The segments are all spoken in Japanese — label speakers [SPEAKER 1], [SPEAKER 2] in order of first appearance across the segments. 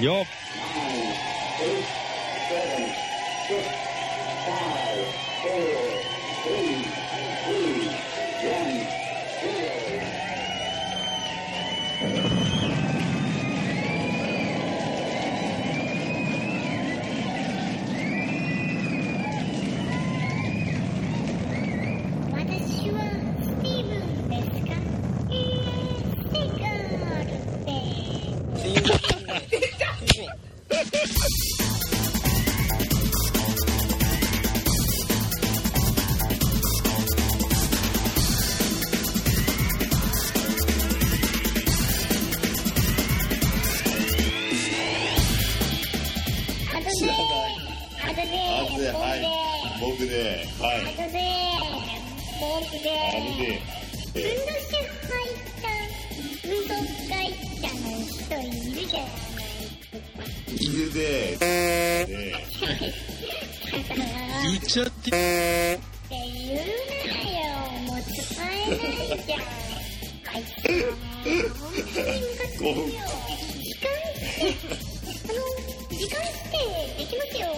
[SPEAKER 1] よ
[SPEAKER 2] 私はスティーブンですかえー、ティガールです。あとでー、あとで
[SPEAKER 3] あず
[SPEAKER 2] ー、
[SPEAKER 3] で、はい
[SPEAKER 2] あ。
[SPEAKER 3] 僕で、はい。
[SPEAKER 2] とでー、あとでー、
[SPEAKER 3] あ
[SPEAKER 2] で
[SPEAKER 3] ずで、
[SPEAKER 2] 運動して入った運動会社の人いるじゃない
[SPEAKER 3] いるで、で、
[SPEAKER 2] だからっ
[SPEAKER 1] 言っちゃって
[SPEAKER 2] て言うなよもう使えないじゃんあいつは本当にムカつくよ時間ってあの時間ってできますよ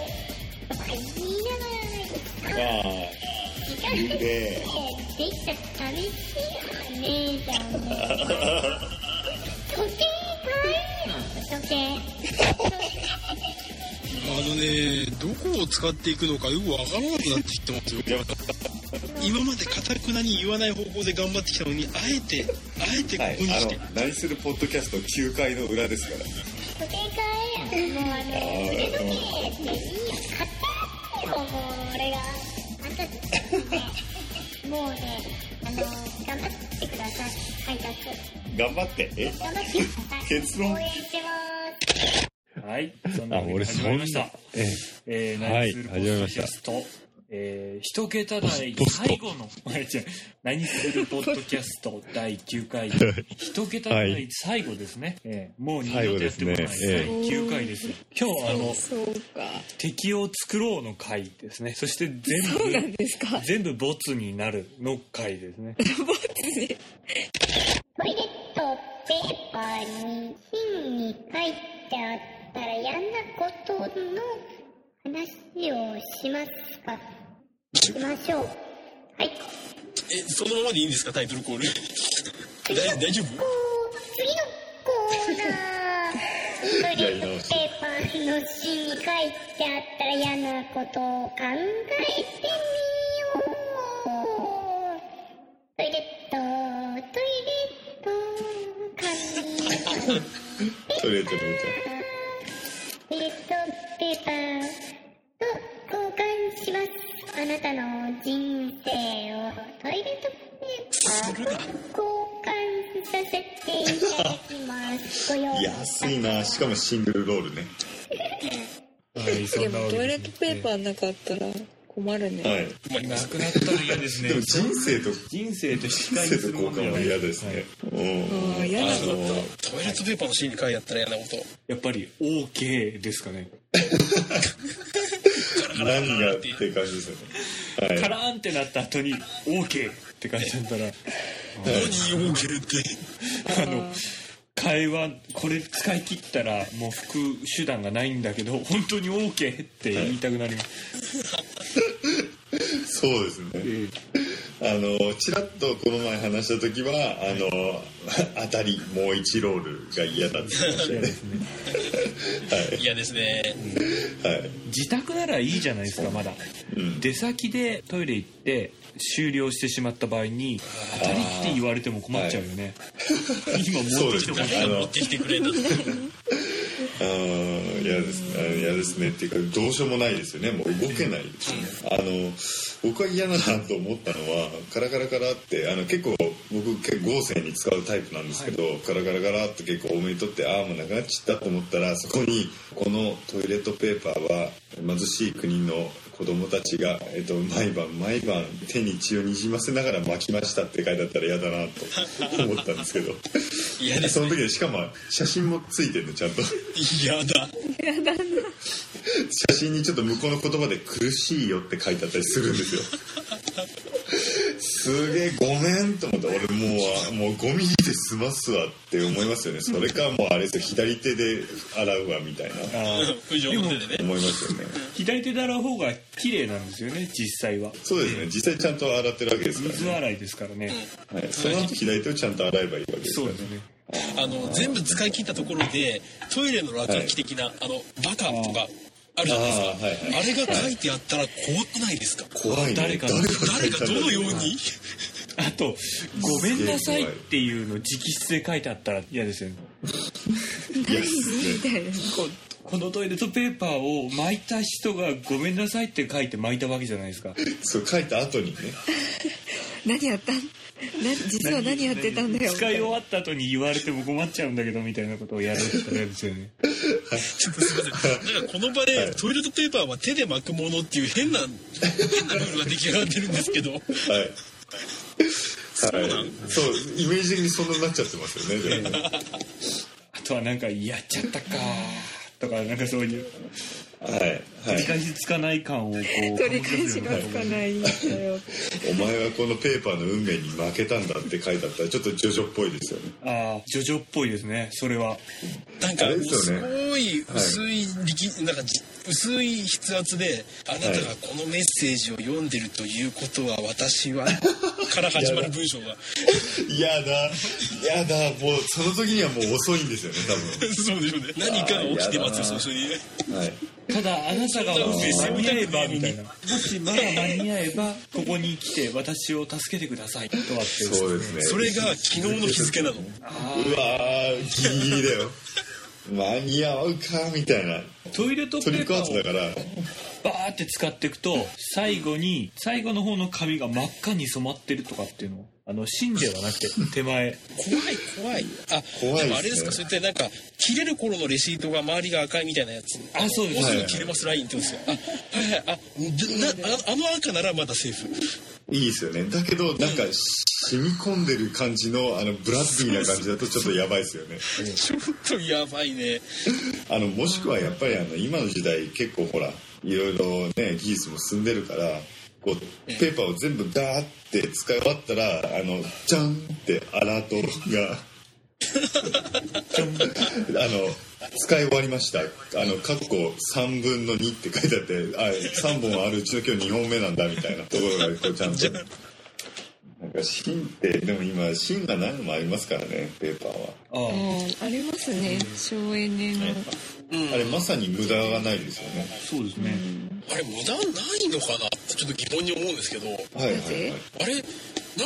[SPEAKER 2] とか言いながら
[SPEAKER 3] あ
[SPEAKER 2] 時間ってできたら寂しいよねじゃん時計かわいいの時計
[SPEAKER 1] あのねどこを使っていくのかよくわからなくなってきてますよ今までかたくなに言わない方向で頑張ってきたのにあえてあえてこ
[SPEAKER 3] はい
[SPEAKER 1] こにして、、
[SPEAKER 3] あの、何するポッドキャスト9回の裏ですから。
[SPEAKER 2] 時計買えもうあの腕時計っていい買ったって思うの俺があんたもうねあの頑張ってください配達
[SPEAKER 3] 頑張って。え
[SPEAKER 2] 頑張ってください
[SPEAKER 3] 結論
[SPEAKER 2] 応援してます
[SPEAKER 4] はい、そんな
[SPEAKER 5] あ
[SPEAKER 4] わけで
[SPEAKER 5] 俺
[SPEAKER 4] 始
[SPEAKER 5] そ
[SPEAKER 4] まり
[SPEAKER 5] ん
[SPEAKER 4] ま
[SPEAKER 5] な
[SPEAKER 4] した。
[SPEAKER 5] え
[SPEAKER 4] えー、
[SPEAKER 5] は
[SPEAKER 4] 何
[SPEAKER 5] い
[SPEAKER 4] するポ
[SPEAKER 5] 始まり
[SPEAKER 4] ッ
[SPEAKER 5] ま
[SPEAKER 4] ド
[SPEAKER 5] し
[SPEAKER 4] キ
[SPEAKER 5] た
[SPEAKER 4] ャスト、えー、一桁台
[SPEAKER 5] ポスト
[SPEAKER 4] 最後の、 違う何するポッドキャス ト第9回、一桁
[SPEAKER 5] は
[SPEAKER 4] 台
[SPEAKER 5] い
[SPEAKER 4] 最後ですね。えーもう二
[SPEAKER 5] 最
[SPEAKER 4] 度
[SPEAKER 5] 後
[SPEAKER 4] とや
[SPEAKER 5] で
[SPEAKER 4] っ
[SPEAKER 5] す
[SPEAKER 4] てこな
[SPEAKER 5] ね
[SPEAKER 4] い、
[SPEAKER 5] え
[SPEAKER 4] 第9回です。今日、あの、
[SPEAKER 6] そうか。
[SPEAKER 4] 敵を作ろうの回ですね。そして
[SPEAKER 6] そうな
[SPEAKER 4] 全
[SPEAKER 6] ん
[SPEAKER 4] 部、
[SPEAKER 6] ですか。
[SPEAKER 4] 全部ボツになるの回ですね。
[SPEAKER 2] トイレットペーパーに芯に書いてあったら嫌なことの話をしますかしましょうはい
[SPEAKER 1] えそのままでいいんですかタイトル コール大大丈夫
[SPEAKER 2] 次のコーナー トイレットペーパーの芯に書いてあったら嫌なことを考えてみようトイレットトイレット紙
[SPEAKER 3] それちょっと待って
[SPEAKER 2] トイレットペーパーと交換しますあなたの人生をトイレットペーパーと交換させていただきますご用意
[SPEAKER 3] 安いな。しかもシングルロールね。
[SPEAKER 4] はい、そ
[SPEAKER 6] で
[SPEAKER 4] んな
[SPEAKER 6] も
[SPEAKER 4] わけ
[SPEAKER 6] トイレ
[SPEAKER 4] で
[SPEAKER 6] ッ
[SPEAKER 4] す
[SPEAKER 6] ト
[SPEAKER 4] ね
[SPEAKER 6] ペーパーなかったら困るね。
[SPEAKER 3] はい。
[SPEAKER 4] えーなくなったら嫌ですね
[SPEAKER 3] でも。人生と、
[SPEAKER 4] 人生と引き
[SPEAKER 3] 人
[SPEAKER 4] 換えに
[SPEAKER 3] 生
[SPEAKER 4] す
[SPEAKER 3] と
[SPEAKER 4] る
[SPEAKER 3] 交
[SPEAKER 4] もんで
[SPEAKER 3] 換
[SPEAKER 4] は
[SPEAKER 3] は
[SPEAKER 4] ない
[SPEAKER 3] 嫌ですね。
[SPEAKER 6] ああ、嫌な
[SPEAKER 3] あ
[SPEAKER 6] こ
[SPEAKER 3] の、
[SPEAKER 7] トイレットペーパーの芯に書いてあったら嫌なこと。
[SPEAKER 4] やっぱり OK ですかね。
[SPEAKER 3] 何がって感じですよね。
[SPEAKER 4] カラーンってなった後に OK って書いてあったら
[SPEAKER 7] 何を受けるって。
[SPEAKER 4] あの会話これ使い切ったらもう服手段がないんだけど本当に OK って言いたくなります、
[SPEAKER 3] そうですね。あのちらっとこの前話した時はあの当たりもう1ロールが嫌だって言ってました
[SPEAKER 4] 嫌
[SPEAKER 7] 嫌
[SPEAKER 3] よね
[SPEAKER 4] ですね
[SPEAKER 7] ですね。
[SPEAKER 3] はい
[SPEAKER 4] 自宅ならいいじゃないですかまだ、
[SPEAKER 3] ん
[SPEAKER 4] 出先でトイレ行って終了してしまった場合に当たりって言われても困っちゃうよね、今
[SPEAKER 3] そ
[SPEAKER 4] 持
[SPEAKER 3] う
[SPEAKER 4] って
[SPEAKER 3] です
[SPEAKER 4] きても
[SPEAKER 3] ね
[SPEAKER 4] ら
[SPEAKER 3] あの
[SPEAKER 7] 持ってきてくれんだって。
[SPEAKER 3] あー嫌ですねあの嫌ですねっていうかどうしようもないですよねもう動けないですねあの僕は嫌だなと思ったのはカラカラカラってあの結構僕結構合成に使うタイプなんですけど、カラカラカラって結構多めに取ってああもうなくなっちゃったと思ったらそこにこのトイレットペーパーは貧しい国の子供たちが、えっと、毎晩毎晩手に血をにじませながら巻きましたって書いてあったら嫌だなと思ったんですけど
[SPEAKER 7] 嫌です。
[SPEAKER 3] その時でしかも写真もついてるのちゃんと。
[SPEAKER 7] 嫌だ。
[SPEAKER 3] 写真にちょっと向こうの言葉で「苦しいよ」って書いてあったりするんですよすげえごめんと思って俺もうもうゴミで済ますわって思いますよねそれかもうあれですよ左手で洗うわみたいな
[SPEAKER 4] あー
[SPEAKER 7] 不条の手でね。
[SPEAKER 3] 思いますよね
[SPEAKER 4] 左手で洗う方が綺麗なんですよね実際は
[SPEAKER 3] そうですね実際ちゃんと洗ってるわけですから
[SPEAKER 4] 水洗いですからね、
[SPEAKER 3] ね、はい、その後左手をちゃんと洗えばいいわけです
[SPEAKER 4] そう
[SPEAKER 3] よ
[SPEAKER 4] ですね
[SPEAKER 7] あの、全部使い切ったところで、トイレの落書き的な、あの、バカとか、あるじゃないですか。
[SPEAKER 3] あーはいはい
[SPEAKER 7] あれが書いてあったら怖くないですか
[SPEAKER 3] 怖いね
[SPEAKER 4] 誰か
[SPEAKER 7] 誰がどのように
[SPEAKER 4] あと「ごめんなさい」っていうの直筆で書いてあったら嫌ですよね
[SPEAKER 3] いやす
[SPEAKER 6] みたいな。
[SPEAKER 4] ここのトイレットペーパーを巻いた人が「ごめんなさい」って書いて巻いたわけじゃないですか
[SPEAKER 3] そう書いた後にね
[SPEAKER 6] 何やったんな 実は何やってたんだよ。
[SPEAKER 4] 使い終わった後に言われても困っちゃうんだけどみたいなことをやるってやですよね
[SPEAKER 7] ちょっとすいません。なんかこの場で、トイレットペーパーは手で巻くものっていう変な、変なルールが出来上がってるんですけど。
[SPEAKER 3] はい。はい、そうイメージ的にそんなになっちゃってますよね。でもね
[SPEAKER 4] あとはなんか「やっちゃったか」とかなんかそういう
[SPEAKER 3] はいは
[SPEAKER 4] 繰り
[SPEAKER 3] い。
[SPEAKER 4] 返しつかない感をこう
[SPEAKER 6] 取り返しがつかないんだよ。
[SPEAKER 3] お前はこのペーパーの運命に負けたんだって書いてあったらちょっとジョジョっぽいですよね。
[SPEAKER 4] ああジョジョっぽいですねそれは
[SPEAKER 7] なんか
[SPEAKER 3] あ
[SPEAKER 7] も
[SPEAKER 3] れ
[SPEAKER 7] う
[SPEAKER 3] ですよ
[SPEAKER 7] す
[SPEAKER 3] ね
[SPEAKER 7] ごい薄い力、なんかじ薄い筆圧であなたがこのメッセージを読んでるということは私はから始まる文章が
[SPEAKER 3] やだやだもうその時にはもう遅いんですよね
[SPEAKER 7] そうでしょうね何かが起きてますよ
[SPEAKER 3] あー
[SPEAKER 7] 最初にね
[SPEAKER 3] 多分。はい。
[SPEAKER 4] ただあなたがもし間に合えばみたいなもしまだ間に合えばここに来て私を助けてくださいとはって
[SPEAKER 3] そうですね。
[SPEAKER 7] それが昨日の日付なの
[SPEAKER 3] うわーギリギリだよ。間に合うかみたいな。
[SPEAKER 4] トイレット
[SPEAKER 3] ト
[SPEAKER 4] ペ
[SPEAKER 3] リッ
[SPEAKER 4] ー
[SPEAKER 3] ク
[SPEAKER 4] パ
[SPEAKER 3] アート
[SPEAKER 4] ー
[SPEAKER 3] だ
[SPEAKER 4] を
[SPEAKER 3] から。
[SPEAKER 4] バーって使っていくと最後に最後の方の髪が真っ赤に染まってるとかっていうのあの芯ではなくて手前
[SPEAKER 7] 怖い怖いあ
[SPEAKER 3] 怖いですね
[SPEAKER 7] でもあれですかそれってなんか切れる頃のレシートが周りが赤いみたいなやつ
[SPEAKER 4] あそうで
[SPEAKER 7] もう
[SPEAKER 4] す
[SPEAKER 7] す
[SPEAKER 4] ね
[SPEAKER 7] ぐ切れますラインって言うんですよあはいはいあでなああの赤ならまだセーフ
[SPEAKER 3] いいですよね。だけど、なんか、染み込んでる感じの、あの、ブラッディーな感じだとちょっとやばいですよね。
[SPEAKER 7] ちょっとやばいね
[SPEAKER 3] あの、もしくはやっぱり、あの、今の時代結構ほら、いろいろね、技術も進んでるから、こう、ペーパーを全部ダーって使い終わったら、あの、ジャンってアラートが、あの、使い終わりました。あの、括弧3分の2って書いてあって、あ、3本あるうちの今日2本目なんだみたいなところが、こう、ちゃんと。なんか芯ってでも今芯がないのもありますからねペーパーは、
[SPEAKER 4] ああ
[SPEAKER 6] ありますね。省エネの。
[SPEAKER 3] あれまさに無駄がないですよね
[SPEAKER 4] そうですね
[SPEAKER 7] あれ無駄ないのかなってちょっと疑問に思うんですけど
[SPEAKER 3] はいはい
[SPEAKER 6] なぜ
[SPEAKER 3] は
[SPEAKER 7] あ
[SPEAKER 3] い
[SPEAKER 7] れな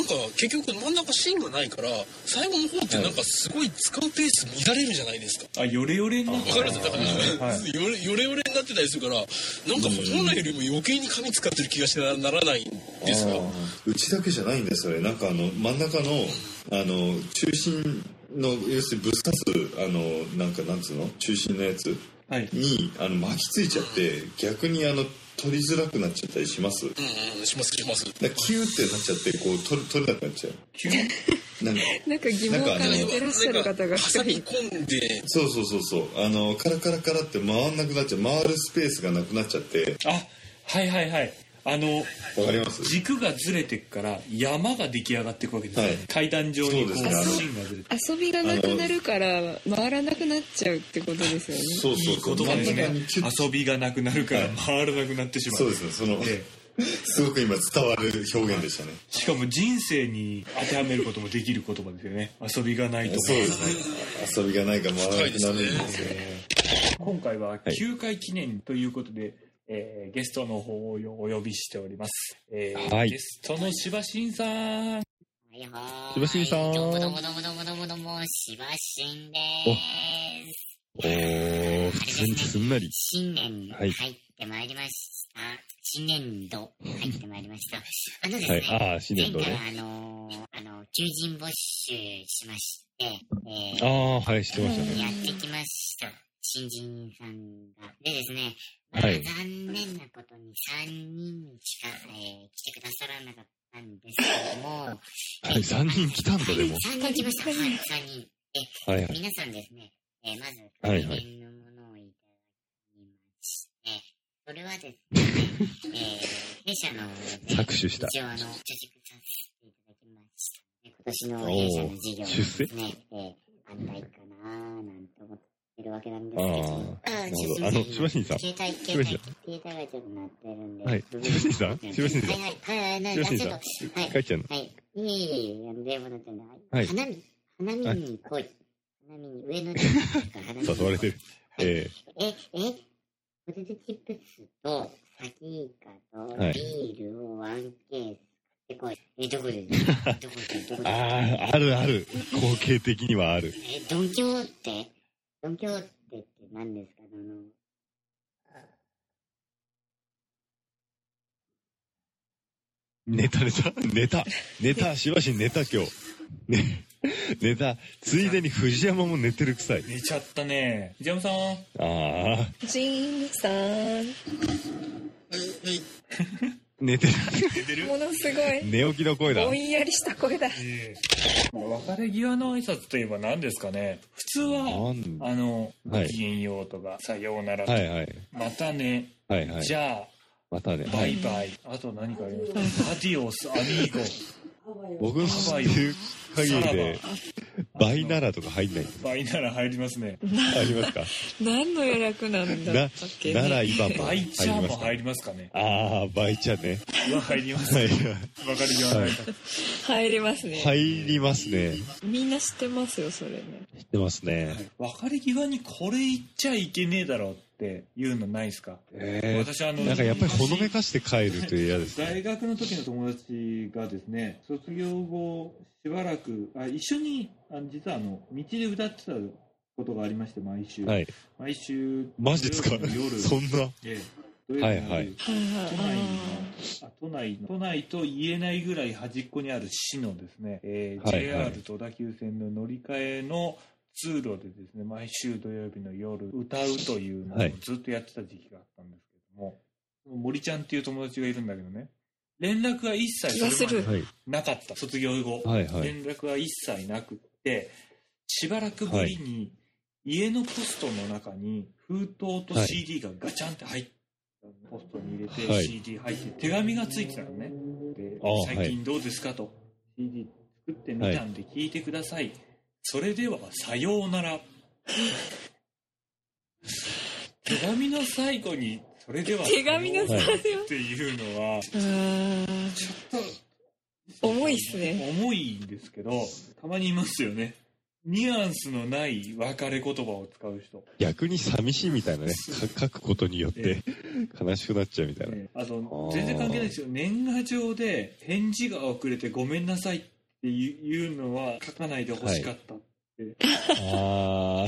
[SPEAKER 7] んか結局真ん中芯がないから最後の方ってなんかすごい使うペース乱れるじゃないですか。
[SPEAKER 4] あヨレヨレになって
[SPEAKER 7] わかるんですよだから、
[SPEAKER 4] は
[SPEAKER 7] よ
[SPEAKER 4] い
[SPEAKER 7] れよれよれになってたりするからなんか本来よりも余計に紙使ってる気がしてなならないんですが
[SPEAKER 3] あーうちだけじゃないんですそれなんかあの真ん中のあの中心の要するにぶっ刺すあのなんかなんつうの中心のやつ
[SPEAKER 4] はい
[SPEAKER 3] にあの巻きついちゃって逆にあの取りづらくなっちゃったりしますだか
[SPEAKER 7] うんうんしますします
[SPEAKER 3] らキューってなっちゃってこう取る取れなくなっちゃ
[SPEAKER 4] 急に
[SPEAKER 3] うなんか
[SPEAKER 6] なんか疑問を感じてらっしゃる方が一
[SPEAKER 7] 挟み
[SPEAKER 6] 人。
[SPEAKER 7] 込んで
[SPEAKER 3] そうそうそうそうあのカラカラカラって回んなくなっちゃう回るスペースがなくなっちゃって
[SPEAKER 4] あはいはいはいあの
[SPEAKER 3] わかります
[SPEAKER 4] 軸がずれてくから山が出来上がっていくわけですね、
[SPEAKER 3] はい
[SPEAKER 4] 階段状にこう
[SPEAKER 3] そうですねあの
[SPEAKER 4] 芯がずれて
[SPEAKER 6] 遊びがなくなるから回らなくなっちゃうってことですよね。
[SPEAKER 3] そうそうそう
[SPEAKER 4] こと
[SPEAKER 3] 真
[SPEAKER 4] がで
[SPEAKER 3] ん
[SPEAKER 4] す
[SPEAKER 3] 中
[SPEAKER 4] ね
[SPEAKER 3] にキュッ
[SPEAKER 4] 遊びがなくなるから
[SPEAKER 3] はい
[SPEAKER 4] 回らなくなってしまう、
[SPEAKER 3] そうですねその
[SPEAKER 4] え
[SPEAKER 3] すごく今伝わる表現でしたね
[SPEAKER 4] しかも人生に当てはめることもできる言葉ですよね遊びがないと
[SPEAKER 3] そうですね遊びがないから回らなくなるんですよ
[SPEAKER 4] 今回は9回記念ということで、えーゲストの方をお呼びしております、えー
[SPEAKER 5] はい
[SPEAKER 4] ゲストの柴新さん
[SPEAKER 8] はいはーい。
[SPEAKER 5] しばしんさん
[SPEAKER 8] どうもどうもどうもどうもどうもどうも、しばしんでーす。
[SPEAKER 5] おー、普通にすんなり。
[SPEAKER 8] 新年
[SPEAKER 5] はい
[SPEAKER 8] 入ってまいりました。新年度入ってまいりました。あのです
[SPEAKER 5] はい
[SPEAKER 8] ね。。
[SPEAKER 5] ああ、新年度
[SPEAKER 8] 前回
[SPEAKER 5] ね。
[SPEAKER 8] はあのー、あの、求人募集しまして、えー
[SPEAKER 5] ああ、はい、知ってましたね。
[SPEAKER 8] やってきました。新人さんが。でですね、
[SPEAKER 5] はい
[SPEAKER 8] 残念なことに3人しか、えー来てくださらなかったんですけども、
[SPEAKER 5] はい、3人来たんだ、でも。
[SPEAKER 8] 3人来ました。はい、3人。
[SPEAKER 5] はいはい。
[SPEAKER 8] 皆さんですね、えーまず、
[SPEAKER 5] は
[SPEAKER 8] 関
[SPEAKER 5] いはい
[SPEAKER 8] 連のものをいただきまして、それは ですね、えー、弊社の、
[SPEAKER 5] 搾取した
[SPEAKER 8] 一応、あの、着させていただきました。今年の弊社の事業を
[SPEAKER 5] 出
[SPEAKER 8] ですね、えー、安泰かなーなんて思ってるわけなんで
[SPEAKER 5] あ
[SPEAKER 8] すけ
[SPEAKER 5] あ、
[SPEAKER 8] ど
[SPEAKER 5] なる、ほど。あの、しばしんさん。
[SPEAKER 8] 携帯、携
[SPEAKER 5] 柴新
[SPEAKER 8] 帯、携
[SPEAKER 5] さ
[SPEAKER 8] 帯がちょっと鳴ってるんで。
[SPEAKER 5] はい柴新さん柴新さん
[SPEAKER 8] はいはい、はい、は
[SPEAKER 5] 柴
[SPEAKER 8] い、はい、
[SPEAKER 5] 新
[SPEAKER 8] ち
[SPEAKER 5] さ
[SPEAKER 8] ょ
[SPEAKER 5] ん
[SPEAKER 8] っと、はい
[SPEAKER 5] ん。、書いちゃうの。
[SPEAKER 8] はい。いえいえいえ、でもだってね、
[SPEAKER 5] はい
[SPEAKER 8] 花見、花見に来い。花見に、上の手花見に来い
[SPEAKER 5] 誘われてる。え
[SPEAKER 8] え、え、ポテトチップスと、サキイカと、
[SPEAKER 5] はい
[SPEAKER 8] ビールをワンケース買ってこい。え、どこ でどこでどこ
[SPEAKER 5] え
[SPEAKER 8] で
[SPEAKER 5] ああ、あるある。光景的にはある。
[SPEAKER 8] え、ドンキョーってドンキョーってって何ですかあの、
[SPEAKER 5] ネタネタネタネタしばしネタ今日。ね、ネタ。ついでに藤山も寝てるくさい。
[SPEAKER 4] 寝ちゃったねジャムさん
[SPEAKER 5] ああ、
[SPEAKER 6] ジーンさん
[SPEAKER 5] 寝てる。
[SPEAKER 6] ものすご
[SPEAKER 5] 寝起きの声
[SPEAKER 6] い
[SPEAKER 5] だ
[SPEAKER 6] ぼ。んやりした声だ
[SPEAKER 4] 別れ際の挨拶といえば何ですかね普通は
[SPEAKER 5] なん
[SPEAKER 4] あの「
[SPEAKER 5] はい
[SPEAKER 4] ごきげんよう」とか「さようなら」とか
[SPEAKER 5] はいはい。
[SPEAKER 4] またね、
[SPEAKER 5] はいはい。
[SPEAKER 4] じゃ
[SPEAKER 5] またね。
[SPEAKER 4] あ、バ
[SPEAKER 5] は
[SPEAKER 4] イ
[SPEAKER 5] い。
[SPEAKER 4] バイ。あと何かありますかアディオス、アミーゴ、
[SPEAKER 5] 僕の知ってる限りで、倍ならとか入んない。
[SPEAKER 4] バイなら入りますね。
[SPEAKER 5] ありますか
[SPEAKER 6] 何の予約なんだ
[SPEAKER 5] な
[SPEAKER 6] ったっけ、、
[SPEAKER 5] なら今も
[SPEAKER 4] バ
[SPEAKER 5] 入
[SPEAKER 4] イ
[SPEAKER 5] り
[SPEAKER 4] チャー
[SPEAKER 5] ま
[SPEAKER 4] も
[SPEAKER 5] すか
[SPEAKER 4] 入りますかね。
[SPEAKER 5] ああ、倍ちゃんね。
[SPEAKER 4] は入ります。
[SPEAKER 5] はい。
[SPEAKER 4] わかるような挨拶
[SPEAKER 6] 入りますね、
[SPEAKER 5] 入りますね。
[SPEAKER 6] みんな知ってますよそれね
[SPEAKER 5] 知ってますね。
[SPEAKER 4] 別れ際にこれ言っちゃいけねえだろうっていうのないですか
[SPEAKER 5] え
[SPEAKER 4] 私あの、
[SPEAKER 5] ー、なんかやっぱりほのめかして帰ると嫌ですね。
[SPEAKER 4] 大学の時の友達がですね、卒業後、しばらく、あ一緒に、あの実はあの、道で歌ってたことがありまして、毎週。
[SPEAKER 5] はい。
[SPEAKER 4] 毎週、
[SPEAKER 5] マジですか
[SPEAKER 4] 土曜 日の夜、
[SPEAKER 5] そんな。
[SPEAKER 4] ええ土曜日の夜
[SPEAKER 5] はいはい
[SPEAKER 6] はいは
[SPEAKER 4] 都内
[SPEAKER 6] い
[SPEAKER 4] の
[SPEAKER 6] あ
[SPEAKER 4] あ都内の都内と言えないぐらい端っこにある市のですね、えー
[SPEAKER 5] はいはい
[SPEAKER 4] JR と小田急線の乗り換えの通路でですね毎週土曜日の夜歌うというのを
[SPEAKER 5] はい
[SPEAKER 4] ずっとやってた時期があったんですけども、森ちゃんっていう友達がいるんだけどね連絡が一切それまで
[SPEAKER 5] はい。
[SPEAKER 4] なかった卒業後、
[SPEAKER 5] はいはい。
[SPEAKER 4] 連絡が一切なくってしばらくぶりに家のポストの中に封筒と
[SPEAKER 5] はい
[SPEAKER 4] CD がガチャンって入ったポストに入れ
[SPEAKER 5] は
[SPEAKER 4] て
[SPEAKER 5] い
[SPEAKER 4] CD 入って手紙がついてたのねで
[SPEAKER 5] あはい
[SPEAKER 4] 最近どうですかと CD 作ってみたんで聞いてくださいそれではさような ら手紙の最後にそれでは
[SPEAKER 6] 手紙の
[SPEAKER 5] 最後
[SPEAKER 4] っていうのは
[SPEAKER 6] ー重いっすね
[SPEAKER 4] 重いんですけどたまにいますよねニュアンスのない別れ言葉を使う人、
[SPEAKER 5] 逆に寂しいみたいなね。か書くことによって悲しくなっちゃう みたいな。
[SPEAKER 4] えーあと全然関係ないですよ年賀状で返事が遅れてごめんなさいっていうのは書かないでほしかった、
[SPEAKER 5] あ
[SPEAKER 6] あー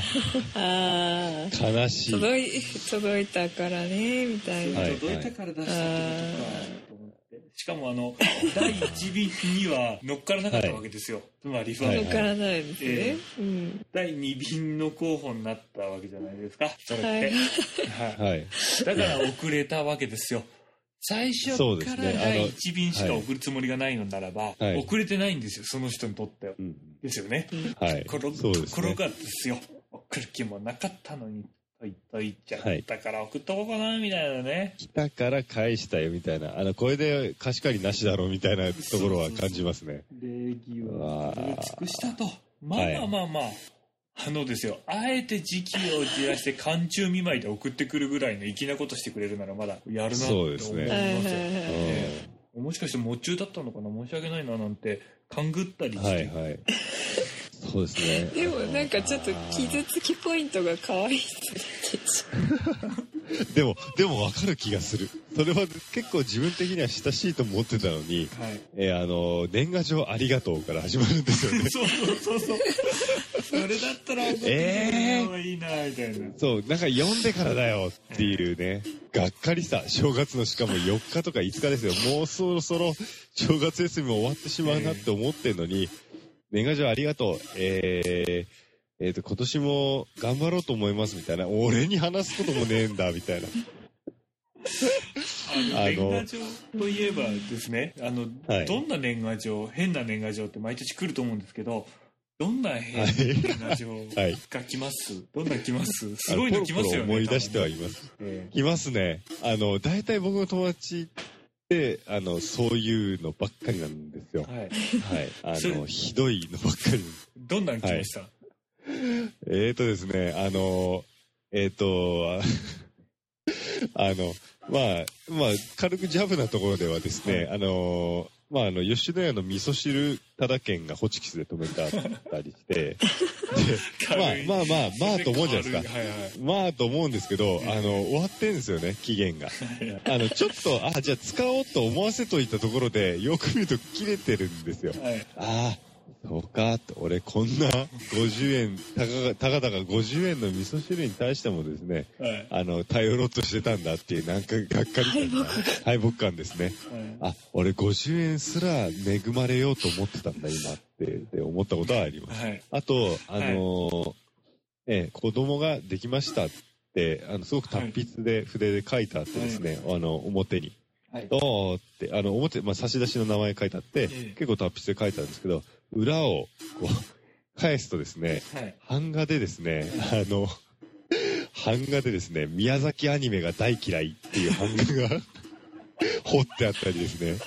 [SPEAKER 5] あ、悲しい。
[SPEAKER 6] 届い届いたからねみたいな、
[SPEAKER 5] はい
[SPEAKER 4] 届いたから出したってことかと思ってしかもあの第1便には乗っからなかったわけですよ、つまりは、
[SPEAKER 5] はい
[SPEAKER 6] わからないですね、
[SPEAKER 4] え
[SPEAKER 6] うん
[SPEAKER 4] 第2便の候補になったわけじゃないですかそれって、
[SPEAKER 6] はい
[SPEAKER 4] はい
[SPEAKER 5] はい。
[SPEAKER 4] だから遅れたわけですよ。最初
[SPEAKER 5] そうで
[SPEAKER 4] か
[SPEAKER 5] す
[SPEAKER 4] ら
[SPEAKER 5] ねあの
[SPEAKER 4] 第一便しか送るつもりがないのならば、
[SPEAKER 5] はい
[SPEAKER 4] 遅れてないんですよ、その人にとっては。
[SPEAKER 5] うん
[SPEAKER 4] ですよね。
[SPEAKER 5] はい
[SPEAKER 4] こ。ろ
[SPEAKER 5] そうです
[SPEAKER 4] ころ
[SPEAKER 5] ね。
[SPEAKER 4] がですよ。送る気もなかったのに、といといちゃったから送っとこうかな、みたいなね。
[SPEAKER 5] 来たから返したよみたいな。あの、これで貸し借りなしだろうみたいなところは感じますね。
[SPEAKER 4] 礼儀
[SPEAKER 5] う
[SPEAKER 4] を
[SPEAKER 5] わー
[SPEAKER 4] 尽くしたと。まあ
[SPEAKER 5] はい
[SPEAKER 4] まあまあまあ。あのですよ、あえて時期をずらして寒中見舞いで送ってくるぐらいの粋なことしてくれるならまだやるなって思
[SPEAKER 5] そ
[SPEAKER 4] いま
[SPEAKER 5] うですす
[SPEAKER 4] よ。
[SPEAKER 5] ね
[SPEAKER 6] はいはいはい
[SPEAKER 4] もしかして喪中だったのかな申し訳ないななんて勘ぐったり
[SPEAKER 5] う
[SPEAKER 4] し
[SPEAKER 5] ん
[SPEAKER 4] て、
[SPEAKER 5] はいはい。そうですね。
[SPEAKER 6] でもなんかちょっと傷つきポイントが可愛いっすね
[SPEAKER 5] でも、でも分かる気がする。それは結構自分的には親しいと思ってたのに、
[SPEAKER 4] はい。
[SPEAKER 5] えーあの、年賀状ありがとうから始まるんですよね
[SPEAKER 4] そうそうそうそうそれだったら送ってくれるのがいいなみたいな、
[SPEAKER 5] そう、なんか読んでからだよっていうね、がっかりさ、正月のしかも4日とか5日ですよ。もうそろそろ正月休みも終わってしまうなって思ってんのに、年賀状ありがとう。えー、えっ、と、今年も頑張ろうと思いますみたいな。俺に話すこともねえんだ、みたいな。あ
[SPEAKER 4] 年
[SPEAKER 5] の
[SPEAKER 4] 賀状といえばですねあの、
[SPEAKER 5] はい
[SPEAKER 4] どんな年賀状変な年賀状って毎年来ると思うんですけどどんな変な情報
[SPEAKER 5] はい
[SPEAKER 4] が来ますどんな来ますすごいの来ますよね。
[SPEAKER 5] ポロポロ思い出して
[SPEAKER 4] 多
[SPEAKER 5] は
[SPEAKER 4] 分
[SPEAKER 5] います。
[SPEAKER 4] え
[SPEAKER 5] いますね。あの、大体僕の友達って、あの、そういうのばっかりなんですよ。
[SPEAKER 4] えはい。
[SPEAKER 5] はい。あ
[SPEAKER 4] それ
[SPEAKER 5] の、ひどいのばっかり。
[SPEAKER 4] どんなん来ました、
[SPEAKER 5] えーとですね、あの、えーと、 ああの、まあ、まあ、軽くジャブなところではですね、あの、まあ、あの、吉野家の味噌汁ただ券がホチキスで止めてあったり して、
[SPEAKER 4] 軽い
[SPEAKER 5] まあまあまあまあと思うじゃないですか
[SPEAKER 4] 軽はいはい。
[SPEAKER 5] まあと思うんですけど、あの、終わってんですよね、期限が。あの、ちょっと、あ、じゃあ使おうと思わせといたところで、よく見ると切れてるんですよ。
[SPEAKER 4] はい、
[SPEAKER 5] ああ、そうか、と俺こんな50円、たかが、たかだか50円の味噌汁に対してもですね、
[SPEAKER 4] はい、
[SPEAKER 5] あの、頼ろうとしてたんだっていう、なんかがっかり感が敗北感ですね。
[SPEAKER 4] はい。
[SPEAKER 5] あ、俺50円すら恵まれようと思ってたんだ、今って、って思ったことはあります。
[SPEAKER 4] はい。
[SPEAKER 5] あと、あのーええ子供ができましたって、あの、すごく達筆で、筆で書いてあってですね、あの、表に。
[SPEAKER 4] はい
[SPEAKER 5] どうって、あの、表、まあ、差出しの名前書いてあって、
[SPEAKER 4] え
[SPEAKER 5] 結構達筆で書いてあるんですけど、裏を、こう、 返すとですね、
[SPEAKER 4] はい。
[SPEAKER 5] 版画でですね、あの、版画でですね、宮崎アニメが大嫌いっていう版画が 彫ってあったりですね、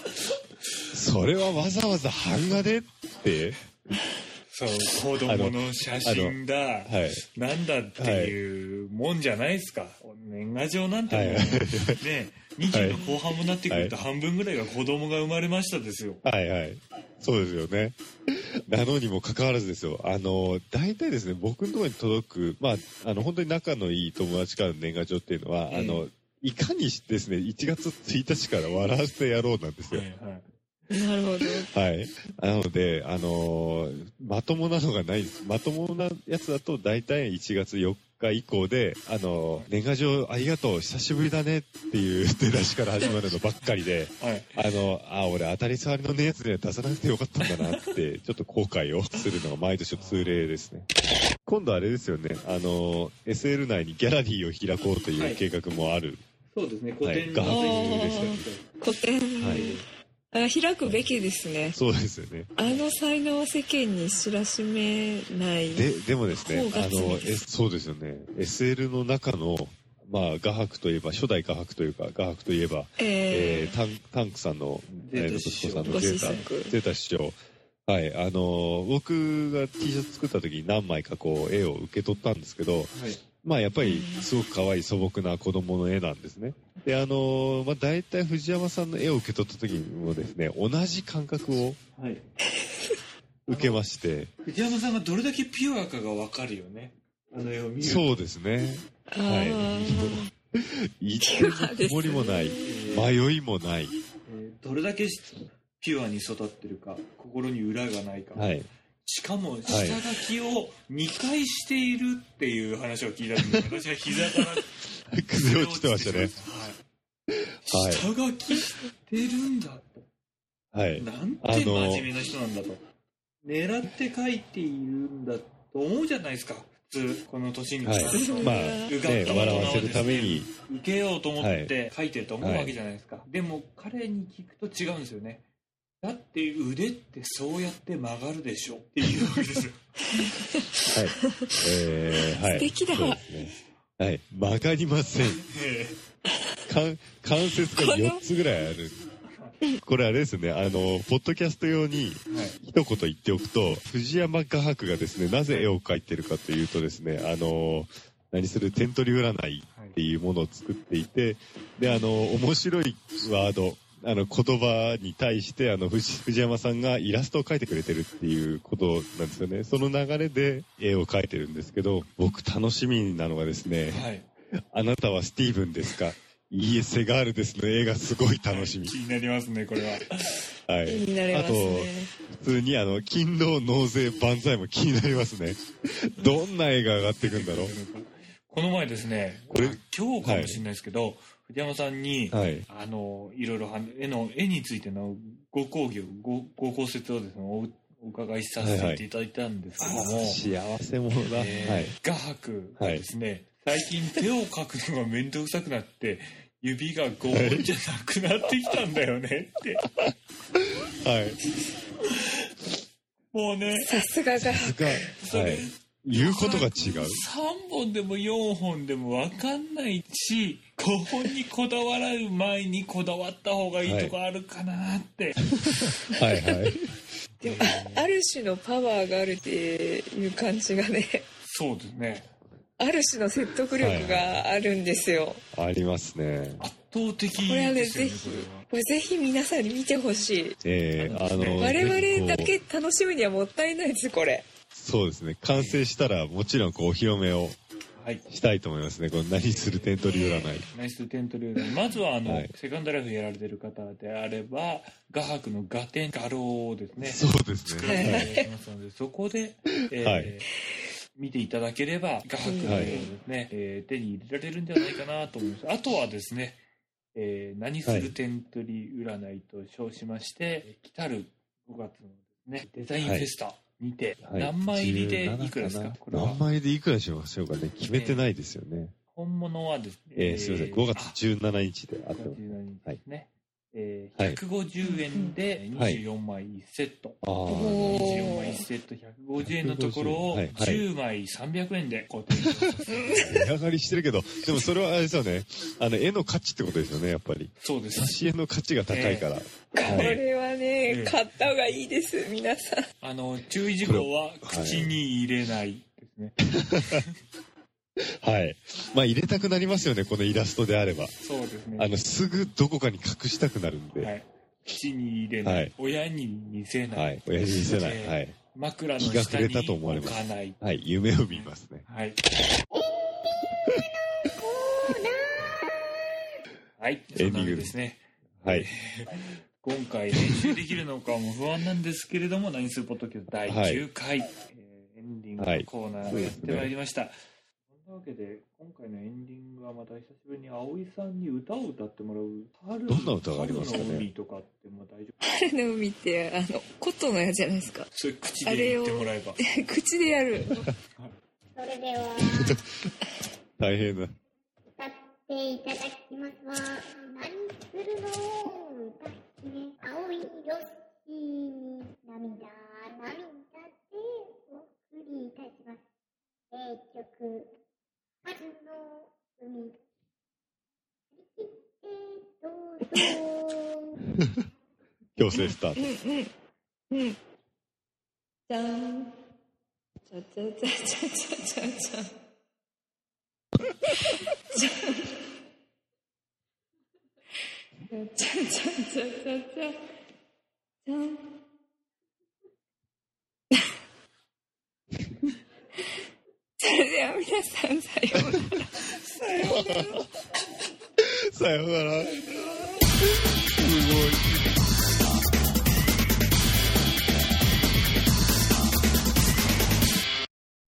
[SPEAKER 5] それはわざわざ版画でって、
[SPEAKER 4] そう、子供の写真だ、
[SPEAKER 5] はい。
[SPEAKER 4] なんだっていうもんじゃないですか。年賀状なんてもう、
[SPEAKER 5] はい
[SPEAKER 4] ね、20の後半もなってくると半分ぐらいが子供が生まれましたですよ。
[SPEAKER 5] はいはい。そうですよね。なのにもかかわらずですよ。あの、大体ですね、僕のところに届く、まあ、あの、本当に仲のいい友達からの年賀状っていうのは、あの、いかにしてですね、1月1日から笑わせてやろうなんですよ
[SPEAKER 4] は。いはい
[SPEAKER 6] なるほど。
[SPEAKER 5] はい。なので、あのーまともなのがないです。まともなやつだと、大体1月4日以降で、あのー年賀状ありがとう、久しぶりだねっていう出だしから始まるのばっかりで、
[SPEAKER 4] はい
[SPEAKER 5] あの、あ、俺当たり障りのねえやつで出さなくてよかったんだなって、ちょっと後悔をするのが毎年の通例ですね。今度あれですよね、あの、SL 内にギャラリーを開こうという計画もある。
[SPEAKER 4] そうですね、
[SPEAKER 5] はいガ
[SPEAKER 6] あ
[SPEAKER 5] ーデングですよね。
[SPEAKER 6] ー古典、あ開くべきですね。
[SPEAKER 5] そうですよね。
[SPEAKER 6] あの才能は世間に知らしめない。
[SPEAKER 5] で、でもですね
[SPEAKER 6] そう、
[SPEAKER 5] あ
[SPEAKER 6] ガチ
[SPEAKER 5] の、
[SPEAKER 6] で
[SPEAKER 5] えそうですよね、SL の中の、まあ、画伯といえば、初代画伯というか、画伯といえば、え
[SPEAKER 6] え
[SPEAKER 5] ータンタンクさんの、えー、息子さん
[SPEAKER 6] ー、
[SPEAKER 5] の
[SPEAKER 6] ご
[SPEAKER 5] ゼ
[SPEAKER 6] 子
[SPEAKER 5] ータ、
[SPEAKER 6] 息。
[SPEAKER 5] ゼータ師匠。はい、あのー僕が T シャツ作った時に何枚かこう、絵を受け取ったんですけど、まあやっぱりすごく可愛い素朴な子供の絵なんですね。で、あのーまあ大体藤山さんの絵を受け取った時にもですね、同じ感覚を
[SPEAKER 4] はい。
[SPEAKER 5] 受けまして、
[SPEAKER 4] 藤山さんがどれだけピュアかがわかるよね。あの絵を見ると。
[SPEAKER 5] そうですね。
[SPEAKER 6] あー
[SPEAKER 5] 一点の曇りもない、迷いもな
[SPEAKER 4] え
[SPEAKER 5] い。
[SPEAKER 4] ーどれだけしピュアに育ってるか心に裏がないか、
[SPEAKER 5] はい。
[SPEAKER 4] しかも下書きを2回しているっていう話を聞いた時 に私は膝から
[SPEAKER 5] 崩れ落ちてましたね。
[SPEAKER 4] はい、下書きしてるんだと
[SPEAKER 5] はい。
[SPEAKER 4] なんて
[SPEAKER 5] あの
[SPEAKER 4] 真面目な人なんだと狙って書いているんだと思うじゃないですか普通この年に
[SPEAKER 5] はい
[SPEAKER 4] 来たら。
[SPEAKER 5] まあ、
[SPEAKER 4] うがっ
[SPEAKER 5] ね、
[SPEAKER 4] た
[SPEAKER 5] 笑わせるために、
[SPEAKER 4] 受けようと思って書いてると思うわけじゃないですか、でも彼に聞くと違うんですよねだって腕ってそうやって曲がるでしょっていうわけですよ
[SPEAKER 5] はい。えー、はい。
[SPEAKER 6] 素敵だ
[SPEAKER 5] そうですね。はい。曲がりません。
[SPEAKER 4] え
[SPEAKER 5] 関関節が4つぐらいある。これあれですね、あの、ポッドキャスト用に
[SPEAKER 4] えはい
[SPEAKER 5] 一言言っておくと、藤山画伯がですね、なぜ絵を描いてるかというとですね、あの、何する点取り占いっていうものを作っていて、で、あの、面白いワード、あの、言葉に対して、あの、藤藤山さんがイラストを描いてくれてるっていうことなんですよね。その流れで絵を描いてるんですけど、僕楽しみなのがですね、
[SPEAKER 4] はい、
[SPEAKER 5] あなたはスティーブンですかいいえ、セガールですの映画すごい楽しみ
[SPEAKER 4] 気。になりますねこれは
[SPEAKER 5] は
[SPEAKER 6] 気
[SPEAKER 5] い。
[SPEAKER 6] になり
[SPEAKER 5] あ
[SPEAKER 6] ます
[SPEAKER 5] と、
[SPEAKER 6] ね。
[SPEAKER 5] 普通にあの、勤労、納税、万歳も気になります ね。どんな絵が上がっていくんだろ
[SPEAKER 4] この前ですね
[SPEAKER 5] これ
[SPEAKER 4] 今日かもしれないですけど、藤山さんに、
[SPEAKER 5] う。はい。
[SPEAKER 4] あのいろいろは絵の絵についてのご講義をごご講説をですねおお伺いさせていただいたんですけども、
[SPEAKER 5] 幸せ者だ。はい
[SPEAKER 4] え。ー画伯がですね、最近手を描くのが面倒くさくなって指が5本じゃなくなってきたんだよねって
[SPEAKER 5] はい。
[SPEAKER 4] もうね、
[SPEAKER 6] さすがが。
[SPEAKER 5] が、はい。言うことが違う。
[SPEAKER 4] 3本でも4本でも分かんないし、5本にこだわらう前にこだわった方がいいとこあるかな って。
[SPEAKER 5] はいはい。
[SPEAKER 6] でも、あある種のパワーがあるっていう感じがね、
[SPEAKER 4] そうですね。
[SPEAKER 6] ある種の説得力があるんですよ。
[SPEAKER 5] ありますね。
[SPEAKER 4] 圧倒的
[SPEAKER 6] これはね、
[SPEAKER 4] ですよね、
[SPEAKER 6] ぜひ
[SPEAKER 4] これは。、
[SPEAKER 6] これぜひ皆さんに見てほしい。
[SPEAKER 5] えー、あの、
[SPEAKER 6] 我々だ
[SPEAKER 5] 結構
[SPEAKER 6] け楽しむにはもったいないです、これ。
[SPEAKER 5] そうですね。完成したら、もちろん、こう、お披露目を
[SPEAKER 4] はい。
[SPEAKER 5] したいと思いますね。この何する点取り占い。
[SPEAKER 4] ナイステントリューまずは、あの、
[SPEAKER 5] はい
[SPEAKER 4] セカンドライフやられてる方であれば、画伯の画展、画廊をですね、
[SPEAKER 5] そうです
[SPEAKER 4] 作ら
[SPEAKER 5] ね。
[SPEAKER 4] せていただきますので、そこで、えー
[SPEAKER 5] はい
[SPEAKER 4] 見ていただければ、画伯の絵をですね、えー手に入れられるんではないかなと思います。あとはですね、えー何する点取り占いと称しまして、えー来たる5月のですね、デザインフェスタにて、
[SPEAKER 5] はい
[SPEAKER 4] 何枚入りでいくらですか、
[SPEAKER 5] 17
[SPEAKER 4] これは
[SPEAKER 5] 何枚入りでいくらにしましょうかね。決めてないですよね。
[SPEAKER 4] 本物はですね、
[SPEAKER 5] えー、すいません。5月17日であ
[SPEAKER 4] あ
[SPEAKER 5] ってます。
[SPEAKER 4] 5日ですね。え
[SPEAKER 5] はい
[SPEAKER 4] ー、150円で
[SPEAKER 5] はい
[SPEAKER 4] 24枚1セット。
[SPEAKER 5] あー
[SPEAKER 6] おー
[SPEAKER 4] 24枚1セット150円のところを
[SPEAKER 5] はいはい
[SPEAKER 4] 10枚300円でご提供し ます。
[SPEAKER 5] 値上がりしてるけど、でもそれはあれですよね。あの、絵の価値ってことですよね、やっぱり。
[SPEAKER 4] そうです。
[SPEAKER 5] 挿絵の価値が高いから。
[SPEAKER 6] これは
[SPEAKER 4] ええ
[SPEAKER 6] ね、買った方がいいです、皆さん。
[SPEAKER 4] あの、注意事項は口に入れないですね。
[SPEAKER 5] はい。まあ入れたくなりますよね、このイラストであれば。
[SPEAKER 4] そうですね。
[SPEAKER 5] あの、すぐどこかに隠したくなるん
[SPEAKER 4] は
[SPEAKER 5] で。
[SPEAKER 4] い。口に入れない。
[SPEAKER 5] はい
[SPEAKER 4] 親に見せない。
[SPEAKER 5] はい。親父見せない。
[SPEAKER 4] えー
[SPEAKER 5] はい。
[SPEAKER 4] 枕の
[SPEAKER 5] 日が
[SPEAKER 4] 下
[SPEAKER 5] 暮
[SPEAKER 4] に
[SPEAKER 5] れたと思われ
[SPEAKER 4] 置
[SPEAKER 5] ます
[SPEAKER 4] かない。
[SPEAKER 5] はい。夢を見ますね。
[SPEAKER 4] はい。はい。そ
[SPEAKER 5] エ
[SPEAKER 4] う
[SPEAKER 5] ン
[SPEAKER 4] な
[SPEAKER 5] ディン
[SPEAKER 4] ん
[SPEAKER 5] グ
[SPEAKER 4] ですね。
[SPEAKER 5] はい。
[SPEAKER 4] 今回練習できるのかも不安なんですけれども、ナインスポッドキャスト第9回、えーエンディングのコーナーがやってまいりました。そんなわけで、今回のエンディングはまた久しぶりに葵さんに歌を歌ってもらう。春
[SPEAKER 5] どんな歌がありますかね
[SPEAKER 4] 春の海とかってもう大丈夫。
[SPEAKER 6] あれの海って、あの、コットンのやつじゃないですか。
[SPEAKER 4] それ口で言ってもらえば。
[SPEAKER 6] 口でやる。
[SPEAKER 2] それでは、
[SPEAKER 5] 大変な。
[SPEAKER 2] 歌っていただきますわ。何するの歌姫、青い色に涙、涙でお送りいたします。名曲、春の海。えどうぞ。
[SPEAKER 5] 強制スタート。
[SPEAKER 6] うんうん。じゃん。ちゃちゃちゃちゃちゃちゃちゃ。じゃん。ちゃちゃちゃちゃちゃ。じゃん。それでは皆さんさようなら。
[SPEAKER 5] さようなら。